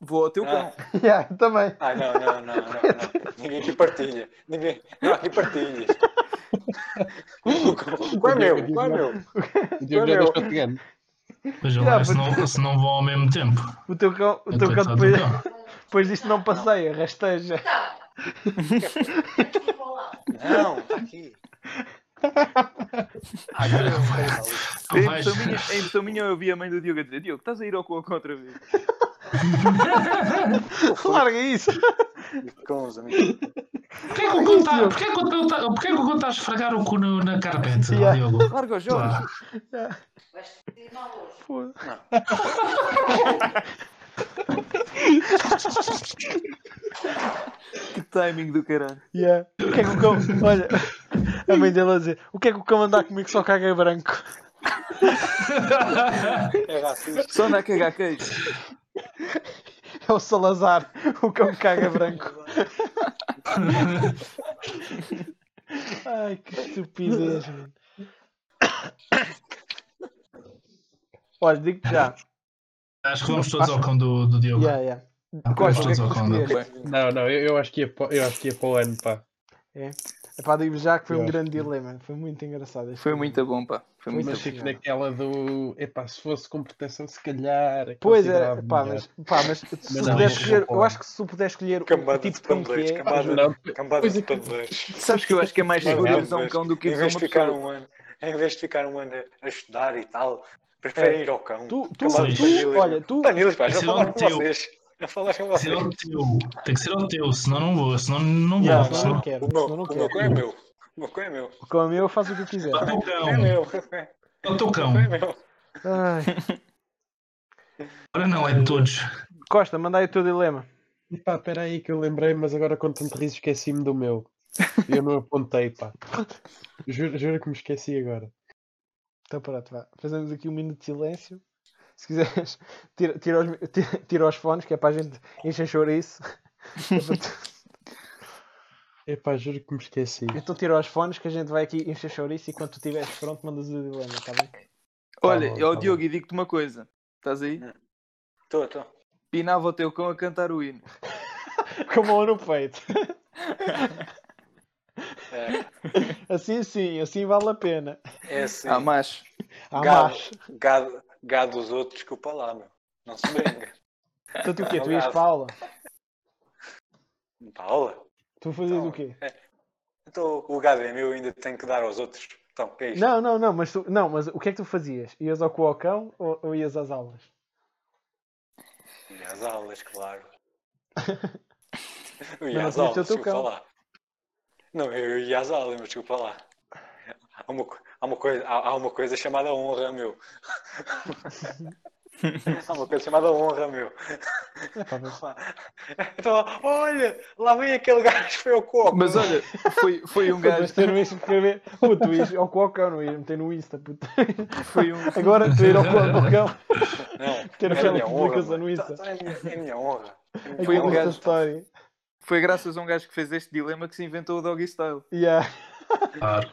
[SPEAKER 5] vou ao teu
[SPEAKER 3] Ah.
[SPEAKER 5] cão.
[SPEAKER 2] Yeah, eu também.
[SPEAKER 3] Ah, não, não, não, não, não. Ninguém aqui partilha. Ninguém. Não há aqui partilhas. O qual é meu? O qual é meu?
[SPEAKER 6] O Diogo já
[SPEAKER 3] Olha, eu-
[SPEAKER 6] deixou de ganhar.
[SPEAKER 4] Veja
[SPEAKER 2] Yeah,
[SPEAKER 4] lá, se não, se não vão ao mesmo tempo.
[SPEAKER 2] O teu cão, o
[SPEAKER 4] É
[SPEAKER 2] teu cão
[SPEAKER 4] coitado do
[SPEAKER 2] depois,
[SPEAKER 4] cão.
[SPEAKER 2] depois disto não passeia, rasteja.
[SPEAKER 3] Não, está aqui. Ah, não.
[SPEAKER 5] Em
[SPEAKER 4] Tu Então vais-
[SPEAKER 5] impressão minha- em impressão minha, eu ouvi a mãe do Diogo a dizer: Diogo, estás a ir ao cão outra vez.
[SPEAKER 2] Larga isso.
[SPEAKER 3] Com os amigos.
[SPEAKER 4] Porquê que o cão tá- porquê que o cão tá- porquê que o cão está a esfregar o cu no- na carpete,
[SPEAKER 2] Yeah.
[SPEAKER 4] Diogo?
[SPEAKER 5] Larga os jogos.
[SPEAKER 4] Lá.
[SPEAKER 2] Foda.
[SPEAKER 5] Que timing do caralho.
[SPEAKER 2] Yeah. O que é que o cão. Olha, a mãe dele a dizer: O que é que o cão anda comigo que só caga em branco?
[SPEAKER 3] É racista.
[SPEAKER 5] Só na cagar queijo.
[SPEAKER 2] É o Salazar, o cão que caga branco. Ai, que estupidez, mano. Olha, digo-te já.
[SPEAKER 4] Acho que vamos todos ao cão do, do Diogo.
[SPEAKER 2] Yeah, yeah.
[SPEAKER 4] Vamos
[SPEAKER 2] Qual, o que é
[SPEAKER 4] todos
[SPEAKER 2] que
[SPEAKER 4] ao
[SPEAKER 2] tu
[SPEAKER 4] cão. do-
[SPEAKER 2] escolheste?
[SPEAKER 6] Não, não, eu, eu acho que ia para, eu acho que ia para o ano, pá.
[SPEAKER 2] É pá, digo já que foi
[SPEAKER 6] Eu
[SPEAKER 2] um
[SPEAKER 6] acho
[SPEAKER 2] grande dilema. Foi muito engraçado. este
[SPEAKER 5] Foi
[SPEAKER 2] dilema.
[SPEAKER 5] muito bom, pá. Foi muito
[SPEAKER 2] Mas
[SPEAKER 6] Mas
[SPEAKER 5] bom.
[SPEAKER 2] sim.
[SPEAKER 6] fico naquela do. Epá, se fosse com proteção, se calhar.
[SPEAKER 2] Pois é,
[SPEAKER 6] considerava
[SPEAKER 2] pá,
[SPEAKER 6] melhor.
[SPEAKER 2] mas, pá, mas se
[SPEAKER 6] Mas
[SPEAKER 2] tu
[SPEAKER 6] não,
[SPEAKER 2] puder
[SPEAKER 6] eu vou
[SPEAKER 2] escolher,
[SPEAKER 6] para
[SPEAKER 2] eu
[SPEAKER 6] o ano.
[SPEAKER 2] acho que se tu puder escolher o, o
[SPEAKER 3] Cambada de
[SPEAKER 2] tipo de cão que
[SPEAKER 3] pandeiros.
[SPEAKER 2] é,
[SPEAKER 6] Mas
[SPEAKER 3] Cambada,
[SPEAKER 6] não,
[SPEAKER 3] cambada
[SPEAKER 6] Pois é
[SPEAKER 3] de
[SPEAKER 6] que-
[SPEAKER 3] pandeiros.
[SPEAKER 5] Sabes que eu acho que é mais rigoroso a um cão do que
[SPEAKER 3] em
[SPEAKER 5] a uma
[SPEAKER 3] vez de ficar
[SPEAKER 5] pessoa.
[SPEAKER 3] um ano, em vez de ficar um ano a- a estudar e tal, preferem ir ao cão.
[SPEAKER 2] Tu, tu,
[SPEAKER 3] Cambada
[SPEAKER 4] Sim.
[SPEAKER 3] de
[SPEAKER 2] tu,
[SPEAKER 3] pandeiros.
[SPEAKER 2] olha, tu,
[SPEAKER 3] Danilo, pá, já
[SPEAKER 4] Esse é
[SPEAKER 3] falaram
[SPEAKER 4] o
[SPEAKER 3] com
[SPEAKER 4] teu.
[SPEAKER 3] vocês. Já falaram
[SPEAKER 4] Tem
[SPEAKER 3] com
[SPEAKER 4] que ser
[SPEAKER 3] vocês.
[SPEAKER 4] ao teu. Tem que ser ao teu, senão não vou. Senão não vou.
[SPEAKER 2] Yeah,
[SPEAKER 3] não,
[SPEAKER 4] senão...
[SPEAKER 2] não
[SPEAKER 4] não.
[SPEAKER 2] quero,
[SPEAKER 3] O meu,
[SPEAKER 2] senão não
[SPEAKER 3] o meu cão
[SPEAKER 2] quero.
[SPEAKER 3] é meu. O meu cão é meu.
[SPEAKER 2] Com a meu eu faço o que eu quiser.
[SPEAKER 4] Ao teu
[SPEAKER 3] É
[SPEAKER 4] cão.
[SPEAKER 3] meu. O
[SPEAKER 4] Ao teu cão.
[SPEAKER 3] meu é meu.
[SPEAKER 2] Ai.
[SPEAKER 4] Agora não, é de todos.
[SPEAKER 2] Costa, manda aí o teu dilema.
[SPEAKER 6] Epá, espera aí que eu lembrei, mas agora com tanto riso esqueci-me do meu. Eu não apontei, pá. Juro, juro que me esqueci agora.
[SPEAKER 2] Então pronto, vá. Fazemos aqui um minuto de silêncio. Se quiseres, tira, tira, os, mi- tira, tira os fones, que é para a gente encher chouriço.
[SPEAKER 6] Epá, juro que me esqueci.
[SPEAKER 2] então tira os fones, que a gente vai aqui encher chouriço e quando tu estiveres pronto, mandas o dilema, está bem?
[SPEAKER 5] Olha,
[SPEAKER 6] bom,
[SPEAKER 5] ó
[SPEAKER 6] tá
[SPEAKER 5] Diogo, e digo-te uma coisa. Estás aí?
[SPEAKER 3] Estou, estou.
[SPEAKER 5] Pinava o teu cão a cantar o hino.
[SPEAKER 2] Com a mão no peito.
[SPEAKER 3] É,
[SPEAKER 2] Assim sim, assim vale a pena.
[SPEAKER 3] é assim.
[SPEAKER 5] Ah, mas.
[SPEAKER 2] Há
[SPEAKER 3] gado,
[SPEAKER 2] mais.
[SPEAKER 3] gado, gado dos outros, desculpa lá, meu. Não se brinca.
[SPEAKER 2] Então tu o quê? Tu
[SPEAKER 3] Gado.
[SPEAKER 2] ias para a aula?
[SPEAKER 3] Paula.
[SPEAKER 2] Tu fazias
[SPEAKER 3] Então,
[SPEAKER 2] o quê?
[SPEAKER 3] tá Então o gado é meu e ainda tenho que dar aos outros. Então, que é isto?
[SPEAKER 2] Não, não, não, mas tu, não, mas o que é que tu fazias? Ias ao cu ao cão ou, ou ias às aulas?
[SPEAKER 3] E às aulas, claro. Eu
[SPEAKER 2] Mas não
[SPEAKER 3] ia às
[SPEAKER 2] tinhas
[SPEAKER 3] aulas,
[SPEAKER 2] teu teu
[SPEAKER 3] desculpa
[SPEAKER 2] cão.
[SPEAKER 3] lá. Não, eu ia às aulas, mas desculpa lá. Há uma, co- há uma coisa, há, há uma coisa chamada honra, meu. há uma coisa chamada honra, meu.
[SPEAKER 2] É pá, mas-
[SPEAKER 3] Então, olha, lá vem aquele gajo que foi ao copo.
[SPEAKER 5] Mas olha, foi, foi um
[SPEAKER 2] Mas
[SPEAKER 5] gajo.
[SPEAKER 2] tu não ias escrever. Pô, tu ias ao cu ao cão, não ias meter no Insta, puto.
[SPEAKER 5] Foi um.
[SPEAKER 2] Agora tu ir ao cu ao cão.
[SPEAKER 3] não,
[SPEAKER 2] Quero
[SPEAKER 3] é
[SPEAKER 2] aquela
[SPEAKER 3] minha
[SPEAKER 2] que
[SPEAKER 3] honra,
[SPEAKER 2] publicação no
[SPEAKER 3] mano.
[SPEAKER 2] Insta.
[SPEAKER 3] Tá- tá, É minha- é minha honra. É minha
[SPEAKER 5] Foi
[SPEAKER 2] Foi
[SPEAKER 5] um
[SPEAKER 2] um
[SPEAKER 3] honra.
[SPEAKER 5] gajo.
[SPEAKER 2] história.
[SPEAKER 5] Foi graças a um gajo que fez este dilema que se inventou o doggy style.
[SPEAKER 2] Yeah,
[SPEAKER 4] Claro.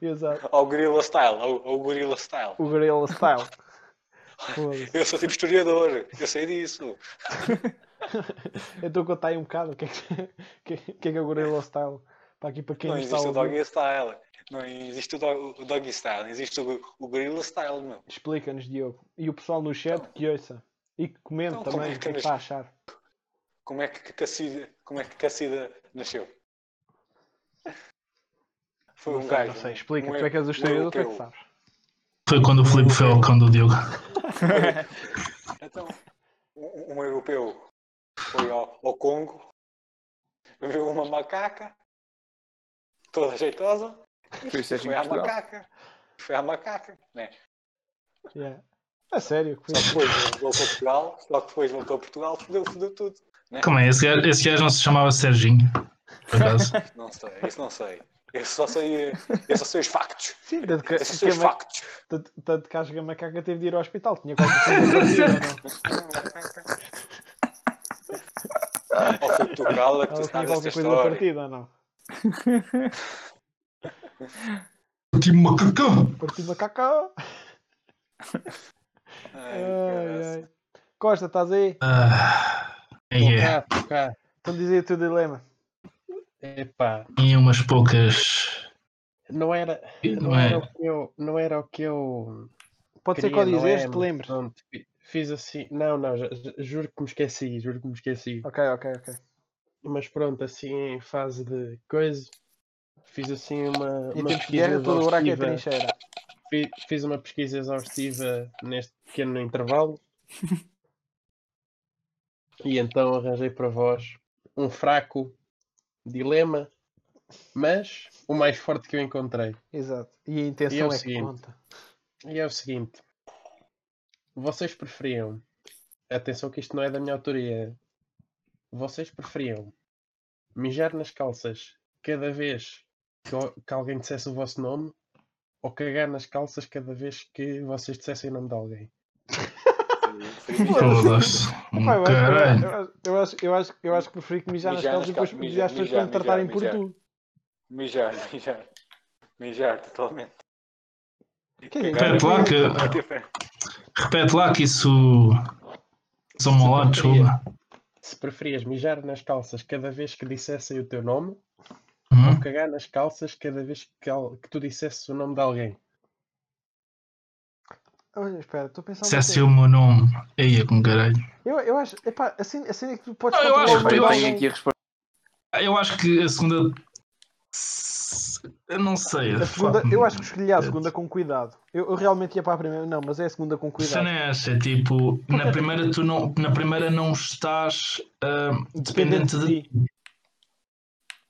[SPEAKER 2] exato.
[SPEAKER 3] Ao gorila style, ao, ao gorila style.
[SPEAKER 2] O Gorilla Style. Foda-se.
[SPEAKER 3] Eu sou tipo historiador, eu sei disso.
[SPEAKER 2] Eu estou a contar aí um bocado o que é que, o que, é que é o Gorilla Style. Para aqui para quem
[SPEAKER 3] não
[SPEAKER 2] está a
[SPEAKER 3] existe o
[SPEAKER 2] ouvir.
[SPEAKER 3] doggy style. Não existe o, do, o doggy style, existe o, o gorilla style, meu.
[SPEAKER 2] Explica-nos, Diogo. E o pessoal no chat que ouça. E que comente
[SPEAKER 3] Então, como
[SPEAKER 2] também
[SPEAKER 3] é
[SPEAKER 2] o
[SPEAKER 3] que
[SPEAKER 2] que é que
[SPEAKER 3] eles-
[SPEAKER 2] está a achar.
[SPEAKER 3] Como é que Cassida, como é que Cassida nasceu? Foi um
[SPEAKER 2] Não sei, não sei. Explica. Tu é que és o historiador, tu é que
[SPEAKER 3] europeu.
[SPEAKER 2] sabes.
[SPEAKER 4] Foi quando o Filipe foi ao cão do Diogo.
[SPEAKER 3] Então, um, um europeu foi ao, ao Congo, viu uma macaca, toda jeitosa,
[SPEAKER 5] Foi isto aqui em
[SPEAKER 3] foi à
[SPEAKER 5] Portugal.
[SPEAKER 3] macaca, foi à macaca, né?
[SPEAKER 2] Yeah. A sério. que
[SPEAKER 3] Só
[SPEAKER 2] foi-
[SPEAKER 3] que depois voltou a Portugal, só que depois voltou a Portugal, fodeu, fodeu tudo.
[SPEAKER 4] Como é? Esse gajo, esse gajo não se chamava Serginho. Por acaso.
[SPEAKER 3] Não sei, isso não sei. Eu só sei, eu só sei os factos.
[SPEAKER 2] Sim, tanto que,
[SPEAKER 3] Eu só sei os
[SPEAKER 2] que é a ma-
[SPEAKER 3] factos.
[SPEAKER 2] tanto- tanto que acho que a macaca teve de ir ao hospital. Tinha qualquer coisa parecida, ou não?
[SPEAKER 3] Ou foi tu cala é que tu
[SPEAKER 2] Ela tinha
[SPEAKER 3] sabes esta
[SPEAKER 2] qualquer coisa
[SPEAKER 3] história.
[SPEAKER 2] partida ou não?
[SPEAKER 4] Tipo macacão.
[SPEAKER 2] Partiu macaca!
[SPEAKER 3] Ai,
[SPEAKER 2] Ai,
[SPEAKER 3] caralho.
[SPEAKER 2] ai. Costa, estás aí?
[SPEAKER 4] Ah, é,
[SPEAKER 6] Cá, tô cá.
[SPEAKER 2] Então diz aí o teu dilema.
[SPEAKER 6] Epá,
[SPEAKER 4] tinha umas poucas.
[SPEAKER 6] não era, não
[SPEAKER 4] Não
[SPEAKER 6] era
[SPEAKER 4] é?
[SPEAKER 6] o que eu, não era o que eu
[SPEAKER 2] Pode ser que
[SPEAKER 6] queria,
[SPEAKER 2] eu
[SPEAKER 6] não
[SPEAKER 2] dizer,
[SPEAKER 6] é,
[SPEAKER 2] te lembres.
[SPEAKER 6] pronto, fi- fiz assim, não, não, já- já- juro que me esqueci, juro que me esqueci.
[SPEAKER 2] Ok, ok, ok.
[SPEAKER 6] Mas pronto, assim em fase de coisa, fiz assim uma,
[SPEAKER 2] Em
[SPEAKER 6] uma
[SPEAKER 2] tempos de guerra, todo buraco é trincheira.
[SPEAKER 6] fi- fiz uma pesquisa exaustiva neste pequeno intervalo e então arranjei para vós um fraco dilema, mas o mais forte que eu encontrei.
[SPEAKER 2] Exato. E a intenção é que
[SPEAKER 6] seguinte.
[SPEAKER 2] conta.
[SPEAKER 6] E é o seguinte: vocês preferiam, atenção que isto não é da minha autoria, vocês preferiam mijar nas calças cada vez que, o- que alguém dissesse o vosso nome ou cagar nas calças cada vez que vocês dissessem o nome de alguém?
[SPEAKER 4] Foda-se.
[SPEAKER 2] Pá, eu, acho,
[SPEAKER 4] Um Caralho.
[SPEAKER 2] eu acho- eu, acho, eu, acho, eu acho que preferi que mijar nas
[SPEAKER 3] Mijar
[SPEAKER 2] calças e depois
[SPEAKER 3] nas calças, mijar,
[SPEAKER 2] mijar as pessoas para
[SPEAKER 3] mijar,
[SPEAKER 2] me tratarem por
[SPEAKER 3] mijar,
[SPEAKER 2] tu.
[SPEAKER 3] Mijar, mijar. Mijar, totalmente.
[SPEAKER 2] Quer dizer,
[SPEAKER 3] Cagar.
[SPEAKER 4] Repete lá que. Repete lá que isso. São malado, desculpa.
[SPEAKER 6] Se preferias mijar nas calças cada vez que dissessem o teu nome
[SPEAKER 4] Hum?
[SPEAKER 6] ou cagar nas calças cada vez que, al- que tu dissesses o nome de alguém?
[SPEAKER 2] Olha, espera, estou a pensar
[SPEAKER 4] Se
[SPEAKER 2] uma
[SPEAKER 4] é
[SPEAKER 2] coisa.
[SPEAKER 4] seu meu nome. Eia, com caralho.
[SPEAKER 2] Eu, eu acho, epá, assim, assim é que tu podes
[SPEAKER 4] Não, eu
[SPEAKER 2] controlar
[SPEAKER 4] acho
[SPEAKER 2] o
[SPEAKER 4] que
[SPEAKER 2] teu
[SPEAKER 5] Eu
[SPEAKER 2] alguém.
[SPEAKER 5] tenho aqui a resposta.
[SPEAKER 4] Eu acho que a segunda. S- Eu não sei.
[SPEAKER 2] A segunda,
[SPEAKER 4] um
[SPEAKER 2] eu acho que escolhi a segunda com cuidado. Eu, eu realmente ia para a primeira, não, mas é a segunda com
[SPEAKER 4] A cena
[SPEAKER 2] cuidado.
[SPEAKER 4] é essa, é tipo, na primeira tu não, na primeira não estás ah, dependente de
[SPEAKER 2] ti.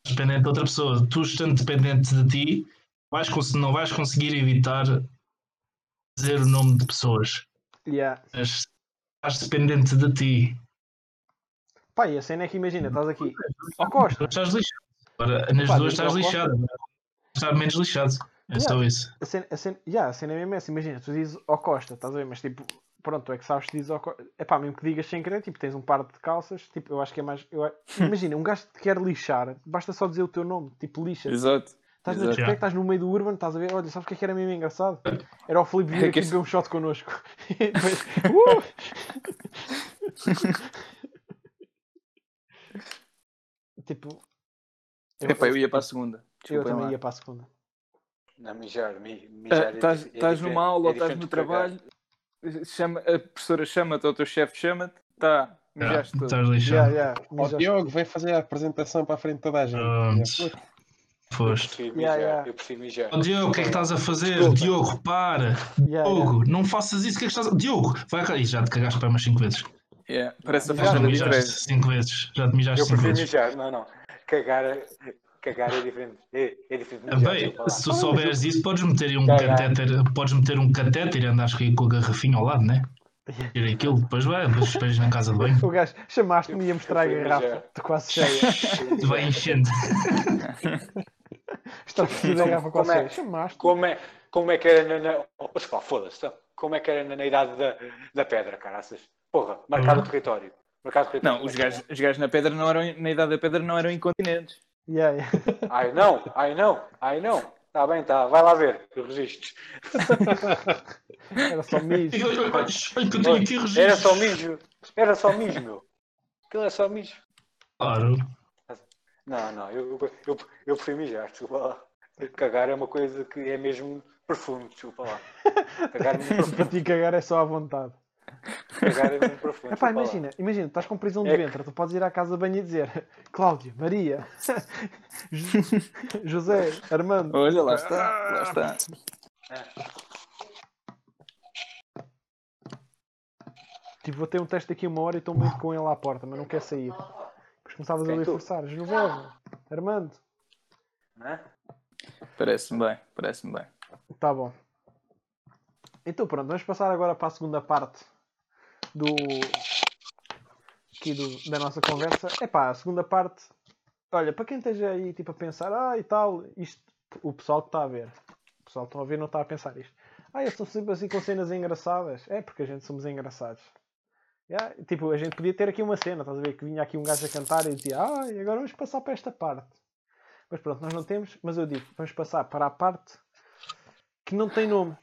[SPEAKER 4] dependente de outra pessoa. Tu estando dependente de ti, vais, cons- não vais conseguir evitar dizer o nome de pessoas.
[SPEAKER 2] Yeah.
[SPEAKER 4] Mas estás dependente de ti.
[SPEAKER 2] Pá, e a cena é que imagina, estás aqui. Ó Costa,
[SPEAKER 4] Tu estás lixado. Agora, nas
[SPEAKER 2] Pá, diz-me
[SPEAKER 4] duas estás
[SPEAKER 2] ao Costa.
[SPEAKER 4] lixado. Estás menos lixado. É só isso.
[SPEAKER 2] a cena, a cena, yeah, a cena é mesmo essa, imagina, tu dizes ó Costa, estás a ver, mas tipo, pronto, tu é que sabes que dizes ó Costa. Epá, mesmo que digas sem querer, tipo, tens um par de calças, tipo, eu acho que é mais. eu a- imagina, um gajo que te quer lixar, basta só dizer o teu nome, tipo, lixa.
[SPEAKER 5] Exato.
[SPEAKER 2] Estás na
[SPEAKER 5] exato.
[SPEAKER 2] discoteca,
[SPEAKER 4] Já.
[SPEAKER 2] estás no meio do Urban, estás a ver, olha, sabes o que é que era mesmo engraçado? Era o Filipe vir
[SPEAKER 5] É
[SPEAKER 2] aqui
[SPEAKER 5] que
[SPEAKER 2] beber
[SPEAKER 5] este-
[SPEAKER 2] um shot connosco. E depois, uh! tipo. Eu,
[SPEAKER 5] Epá, eu
[SPEAKER 2] eu,
[SPEAKER 5] ia para a segunda. Desculpem
[SPEAKER 2] também
[SPEAKER 5] lá.
[SPEAKER 2] ia para a segunda.
[SPEAKER 3] Não, mijar, mi-
[SPEAKER 5] Ah,
[SPEAKER 3] mijar. é
[SPEAKER 5] Estás
[SPEAKER 3] dif- é
[SPEAKER 5] estás
[SPEAKER 3] diferente-
[SPEAKER 5] numa aula
[SPEAKER 3] é
[SPEAKER 5] ou estás
[SPEAKER 3] diferente
[SPEAKER 5] no
[SPEAKER 3] de cagar.
[SPEAKER 5] trabalho, chama, a professora chama-te ou o teu chefe chama-te, tá,
[SPEAKER 4] Já,
[SPEAKER 5] mijaste todo.
[SPEAKER 4] estás
[SPEAKER 2] Já,
[SPEAKER 4] lixado.
[SPEAKER 2] já.
[SPEAKER 6] Ó
[SPEAKER 2] mijaste.
[SPEAKER 6] Diogo, vem fazer a apresentação para a frente de toda a gente.
[SPEAKER 4] Pronto.
[SPEAKER 3] Eu
[SPEAKER 4] Foste.
[SPEAKER 3] prefiro
[SPEAKER 2] Yeah,
[SPEAKER 3] mijar.
[SPEAKER 2] yeah.
[SPEAKER 3] Eu prefiro mijar.
[SPEAKER 4] Oh, Diogo, o que é que estás a fazer?
[SPEAKER 2] Desculpa.
[SPEAKER 4] Diogo, para!
[SPEAKER 3] É,
[SPEAKER 2] Já, já.
[SPEAKER 4] Diogo, não faças isso, o que é que estás a. Diogo, vai cá. Ih, já te cagaste para umas 5 vezes.
[SPEAKER 5] Yeah, Parece a um
[SPEAKER 2] Já
[SPEAKER 4] Já
[SPEAKER 5] faixa
[SPEAKER 4] te
[SPEAKER 5] de
[SPEAKER 4] mijaste
[SPEAKER 5] interesse.
[SPEAKER 4] 5 vezes. Já te mijaste
[SPEAKER 3] Eu
[SPEAKER 4] 5
[SPEAKER 3] prefiro
[SPEAKER 4] vezes.
[SPEAKER 3] mijar, não, não. Cagar, é- cagar é diferente. É, é diferente de mijar.
[SPEAKER 4] Bem,
[SPEAKER 3] vou falar.
[SPEAKER 4] se tu souberes disso, podes meter um
[SPEAKER 3] Caralho.
[SPEAKER 4] catéter, podes meter um catéter e andares com com a garrafinha ao lado, né? Tira aquilo, depois vai, depois esperas na casa de banho,
[SPEAKER 2] O gajo, chamaste-me e ia mostrar a
[SPEAKER 3] Eu fui
[SPEAKER 2] garrafa.
[SPEAKER 3] mijar.
[SPEAKER 2] Estou quase cheia.
[SPEAKER 4] vai enchendo.
[SPEAKER 2] Estou vestida a garrafa quase
[SPEAKER 3] Como é?
[SPEAKER 2] cheia. Chamaste.
[SPEAKER 3] Como é, como é que era na. na... Oh, pá, foda-se. tá? Como é que era na, na idade da, da pedra, caraças? Porra, marcar
[SPEAKER 4] Uhum.
[SPEAKER 3] o território. Marcar o território.
[SPEAKER 5] Não, os gajos, os gajos na pedra não eram, na idade da pedra não eram incontinentes.
[SPEAKER 2] Yeah, yeah.
[SPEAKER 3] Ai não, ai não, ai não. Está bem, tá. Vai lá ver. Eu registro.
[SPEAKER 2] Era só mijo.
[SPEAKER 4] Olha olha, olha que eu tenho aqui registro.
[SPEAKER 3] Era só um mijo. Era só mijo, meu. Aquilo é só mijo.
[SPEAKER 4] Claro.
[SPEAKER 3] Não, não, eu, eu, eu, eu prefiro mijar, desculpa lá. Cagar é uma coisa que é mesmo perfume, desculpa lá. Cagar é mesmo
[SPEAKER 2] Para
[SPEAKER 3] perfume,
[SPEAKER 2] ti cagar é só à vontade.
[SPEAKER 3] cagar é mesmo perfume.
[SPEAKER 2] Epá,
[SPEAKER 3] desculpa lá.
[SPEAKER 2] imagina, imagina, estás com prisão de
[SPEAKER 3] É que-
[SPEAKER 2] ventre, tu podes ir à casa de banho e dizer Cláudio, Maria, Jo- José, Armando.
[SPEAKER 5] Olha, lá está, lá está.
[SPEAKER 2] Tipo, vou ter um teste daqui a uma hora e estou muito com ele à porta, mas não quer sair. Depois começavas
[SPEAKER 3] Quem
[SPEAKER 2] ali a
[SPEAKER 3] tu?
[SPEAKER 2] forçar. José, Armando.
[SPEAKER 3] Né?
[SPEAKER 5] Parece-me bem, parece-me bem.
[SPEAKER 2] Tá bom. Então pronto, vamos passar agora para a segunda parte do, aqui do- da nossa conversa. É pá, a segunda parte. Olha, para quem esteja aí tipo, a pensar, ah e tal, isto, o pessoal que está a ver, o pessoal que está a ver não está a pensar isto. Ah, eles estão sempre assim com cenas engraçadas. É porque a gente somos engraçados. Yeah, Tipo, a gente podia ter aqui uma cena, estás a ver? Que vinha aqui um gajo a cantar e dizia, ah, e agora vamos passar para esta parte. Mas pronto, nós não temos, mas eu digo, vamos passar para a parte que não tem nome.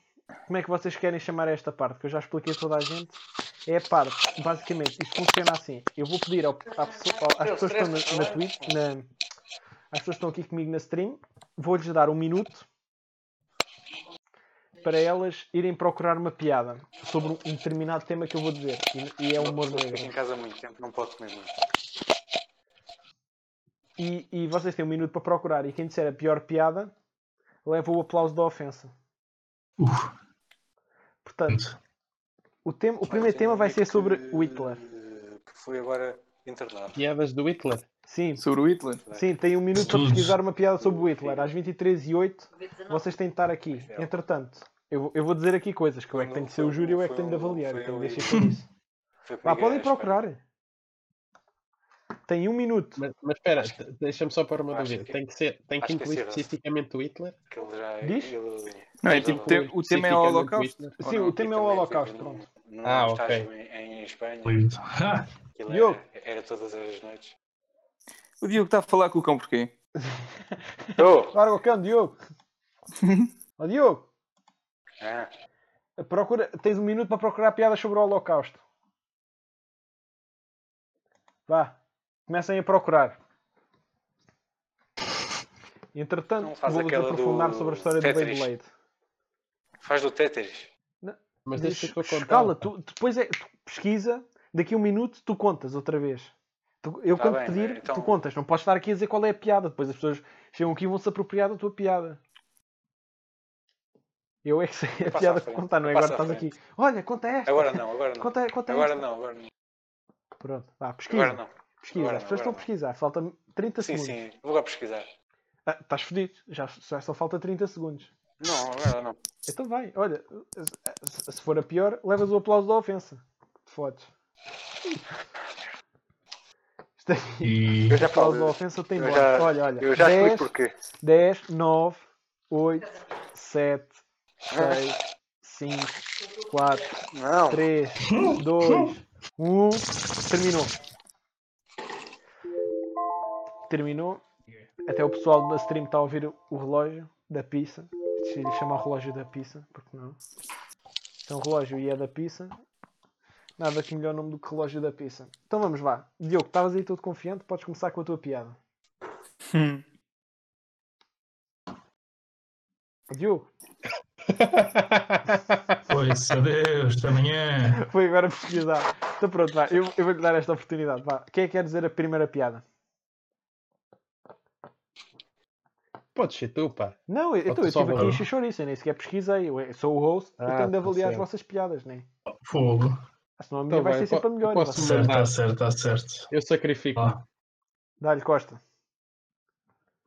[SPEAKER 2] Como é que vocês querem chamar esta parte? Que eu já expliquei a toda a gente. É a parte, basicamente, isto funciona assim. Eu vou pedir ao, à pessoa- ao- às pessoas que estão na, na Twitch, na- às pessoas que estão aqui comigo na stream, vou-lhes dar um minuto para elas irem procurar uma piada sobre um um determinado tema que eu vou dizer. E, e é o humor
[SPEAKER 3] Fico em
[SPEAKER 2] negro.
[SPEAKER 3] casa há muito tempo, não posso comer muito.
[SPEAKER 2] E, e vocês têm um minuto para procurar. E quem disser a pior piada leva o aplauso da ofensa.
[SPEAKER 4] Uh,
[SPEAKER 2] Portanto, o, tema- o primeiro tema vai ser sobre o Hitler.
[SPEAKER 3] Que foi agora internado.
[SPEAKER 6] Piadas do Hitler.
[SPEAKER 2] Sim,
[SPEAKER 5] Sobre o Hitler.
[SPEAKER 2] sim, tem um minuto para
[SPEAKER 4] Tudo.
[SPEAKER 2] pesquisar uma piada sobre o Hitler. Às 23 e 08 vocês têm de estar aqui. Entretanto, eu, vou- eu vou dizer aqui coisas que eu é que tenho de ser o júri, eu é que tenho de avaliar. Então deixem para isso.
[SPEAKER 3] um- Foi um comigo
[SPEAKER 2] Vá,
[SPEAKER 3] à
[SPEAKER 2] podem
[SPEAKER 3] espera.
[SPEAKER 2] procurar. Tem um minuto.
[SPEAKER 6] Mas, mas espera, t- deixa-me só pôr uma
[SPEAKER 3] Acho
[SPEAKER 6] dúvida.
[SPEAKER 3] que-
[SPEAKER 6] Tem que, ser, tem
[SPEAKER 3] acho
[SPEAKER 6] que
[SPEAKER 3] que é
[SPEAKER 6] incluir
[SPEAKER 3] ser-
[SPEAKER 6] especificamente o Hitler?
[SPEAKER 3] Que ele já- é-
[SPEAKER 2] Diz?
[SPEAKER 3] ele-
[SPEAKER 5] Não, é
[SPEAKER 3] ele
[SPEAKER 5] tipo,
[SPEAKER 3] já-
[SPEAKER 5] tem- o tema é o
[SPEAKER 6] Especificamente
[SPEAKER 5] Holocausto.
[SPEAKER 6] Hitler.
[SPEAKER 2] Sim, o tema é o
[SPEAKER 3] também um
[SPEAKER 2] Holocausto.
[SPEAKER 3] teve num-
[SPEAKER 2] Pronto.
[SPEAKER 3] num
[SPEAKER 6] Ah, ok.
[SPEAKER 3] estágio em, em Espanha.
[SPEAKER 4] lindo. Ah,
[SPEAKER 3] que ele
[SPEAKER 2] Diogo.
[SPEAKER 3] Era, era todas as noites.
[SPEAKER 5] O Diogo está a falar com o cão porquê?
[SPEAKER 3] Oh!
[SPEAKER 2] Larga o cão, Diogo. Ó, Diogo,
[SPEAKER 3] Ah,
[SPEAKER 2] procura, tens um minuto para procurar piadas sobre o Holocausto. Vá, comecem a procurar. Entretanto,
[SPEAKER 3] Não faz
[SPEAKER 2] vou-vos
[SPEAKER 3] aquela do
[SPEAKER 2] aprofundar sobre a história do
[SPEAKER 3] Tetris.
[SPEAKER 2] Beyblade.
[SPEAKER 3] faz do Tetris.
[SPEAKER 6] Mas
[SPEAKER 2] Mas
[SPEAKER 6] deixa que eu contar.
[SPEAKER 2] escala, tu, depois é, tu pesquisa, daqui a um minuto tu contas outra vez. Tu- eu
[SPEAKER 3] Tá
[SPEAKER 2] quando
[SPEAKER 3] bem,
[SPEAKER 2] pedir,
[SPEAKER 3] então-
[SPEAKER 2] tu contas. Não podes estar aqui a dizer qual é a piada. Depois as pessoas chegam aqui e vão-se apropriar da tua piada. Eu é que sei a
[SPEAKER 3] Passa à
[SPEAKER 2] piada que
[SPEAKER 3] frente,
[SPEAKER 2] contar, não é?
[SPEAKER 3] passa
[SPEAKER 2] Agora
[SPEAKER 3] à
[SPEAKER 2] estás aqui. Olha, conta esta.
[SPEAKER 3] Agora não, agora não.
[SPEAKER 2] Conta, conta
[SPEAKER 3] Agora
[SPEAKER 2] esta.
[SPEAKER 3] não, agora não.
[SPEAKER 2] Pronto, vá, pesquisa.
[SPEAKER 3] Agora não.
[SPEAKER 2] pesquisa.
[SPEAKER 3] agora
[SPEAKER 2] as
[SPEAKER 3] não,
[SPEAKER 2] pessoas estão
[SPEAKER 3] agora
[SPEAKER 2] a pesquisar. Falta 30
[SPEAKER 3] Sim,
[SPEAKER 2] segundos.
[SPEAKER 3] sim, vou lá pesquisar.
[SPEAKER 2] Ah, estás fodido. Já, já só falta 30 segundos.
[SPEAKER 3] Não, agora não.
[SPEAKER 2] Então vai, olha. se- Se for a pior, levas o aplauso da ofensa. Te fodes. Isto aqui.
[SPEAKER 4] e
[SPEAKER 3] Eu já
[SPEAKER 2] Aplauso da
[SPEAKER 3] falo.
[SPEAKER 2] ofensa tem
[SPEAKER 3] eu
[SPEAKER 2] bola.
[SPEAKER 3] já-
[SPEAKER 2] Olha, olha.
[SPEAKER 3] Eu já explico
[SPEAKER 2] 10,
[SPEAKER 3] porquê.
[SPEAKER 2] 10, 9, 8, 7, 6, 5, 4,
[SPEAKER 3] Não,
[SPEAKER 2] 3, 2, 1. Terminou. Terminou. Até o pessoal da stream está a ouvir o relógio da pizza. Se lhe chamar relógio da pizza, porque não? Então relógio e é da pizza. Nada que melhor nome do que relógio da pizza. Então vamos lá. Diogo, estavas aí todo confiante, podes começar com a tua piada. Diogo,
[SPEAKER 4] pois, adeus, até amanhã.
[SPEAKER 2] foi agora pesquisar. Então pronto, vá, eu, eu vou-lhe dar esta oportunidade. Vá. Quem é que quer dizer a primeira piada?
[SPEAKER 6] Podes ser tu, pá.
[SPEAKER 2] Não, eu,
[SPEAKER 6] Ou
[SPEAKER 2] então,
[SPEAKER 6] tu
[SPEAKER 2] eu
[SPEAKER 6] só
[SPEAKER 2] estive
[SPEAKER 6] um.
[SPEAKER 2] aqui a
[SPEAKER 4] valeu.
[SPEAKER 2] encher chouriço, eu nem sequer pesquisei. Eu eu sou o host, eu
[SPEAKER 6] Ah,
[SPEAKER 2] tenho de
[SPEAKER 6] tá
[SPEAKER 2] avaliar as
[SPEAKER 6] certo.
[SPEAKER 2] vossas piadas, né?
[SPEAKER 4] Fogo.
[SPEAKER 2] Ah, Senão a minha
[SPEAKER 6] Tá
[SPEAKER 2] vai
[SPEAKER 6] bem,
[SPEAKER 2] ser sempre a
[SPEAKER 6] po-
[SPEAKER 2] melhor. né?
[SPEAKER 6] eu posso-
[SPEAKER 2] vá.
[SPEAKER 4] Certo, está certo, está certo.
[SPEAKER 6] Eu sacrifico.
[SPEAKER 4] Ah.
[SPEAKER 2] Dá-lhe Costa.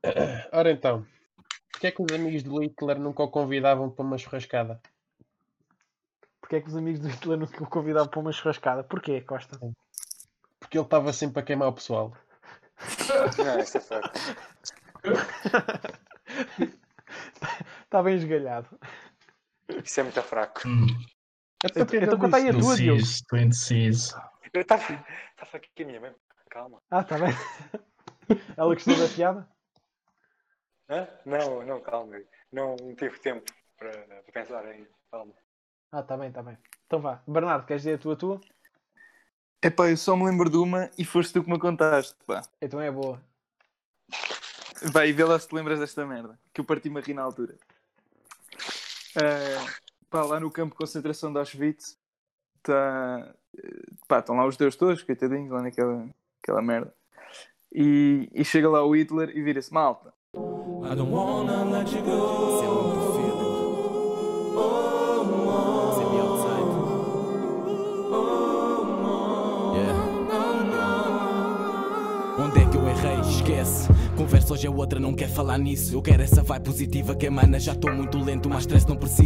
[SPEAKER 2] Ah.
[SPEAKER 6] Ora então, porquê é que os amigos do Hitler nunca o convidavam para uma churrascada?
[SPEAKER 2] Porquê é que os amigos do Hitler nunca o convidavam para uma churrascada? Porquê, Costa?
[SPEAKER 6] Porque ele estava sempre a queimar o pessoal.
[SPEAKER 3] não, isso é fraco.
[SPEAKER 2] Está Tá bem esgalhado.
[SPEAKER 3] Isso é muito fraco.
[SPEAKER 4] Hum,
[SPEAKER 6] Até
[SPEAKER 2] Então-
[SPEAKER 6] ele
[SPEAKER 2] então conta aí a
[SPEAKER 6] disse-
[SPEAKER 2] tua, Diogo.
[SPEAKER 4] indeciso, estou indeciso.
[SPEAKER 3] Eu estava estava aqui a minha mãe. Calma.
[SPEAKER 2] Ah, está bem. Ela gostou da piada?
[SPEAKER 3] Hã? Não, não, calma. Não tive tempo para para pensar em. Calma.
[SPEAKER 2] Ah, está bem, está bem. Então vá. Bernardo, queres dizer a tua tua?
[SPEAKER 5] Epá, eu só me lembro de uma e foste tu que me contaste, pá.
[SPEAKER 2] Então é boa.
[SPEAKER 5] Vai, vê lá se te lembras desta merda, que eu parti-me a rir na altura. Ah, pá, lá no campo de concentração de Auschwitz, tá, eh, pá, estão lá os deus todos, coitadinhos, lá naquela aquela merda. E, e chega lá o Hitler e vira-se, malta,
[SPEAKER 1] I don't wanna let you go. é Send me the feeling. Send me é outside. Yeah. Onde é que eu errei? Esquece. Conversa hoje é outra, não quer falar nisso. Eu quero essa vibe positiva que emana. Já estou muito lento, mas stress não preciso.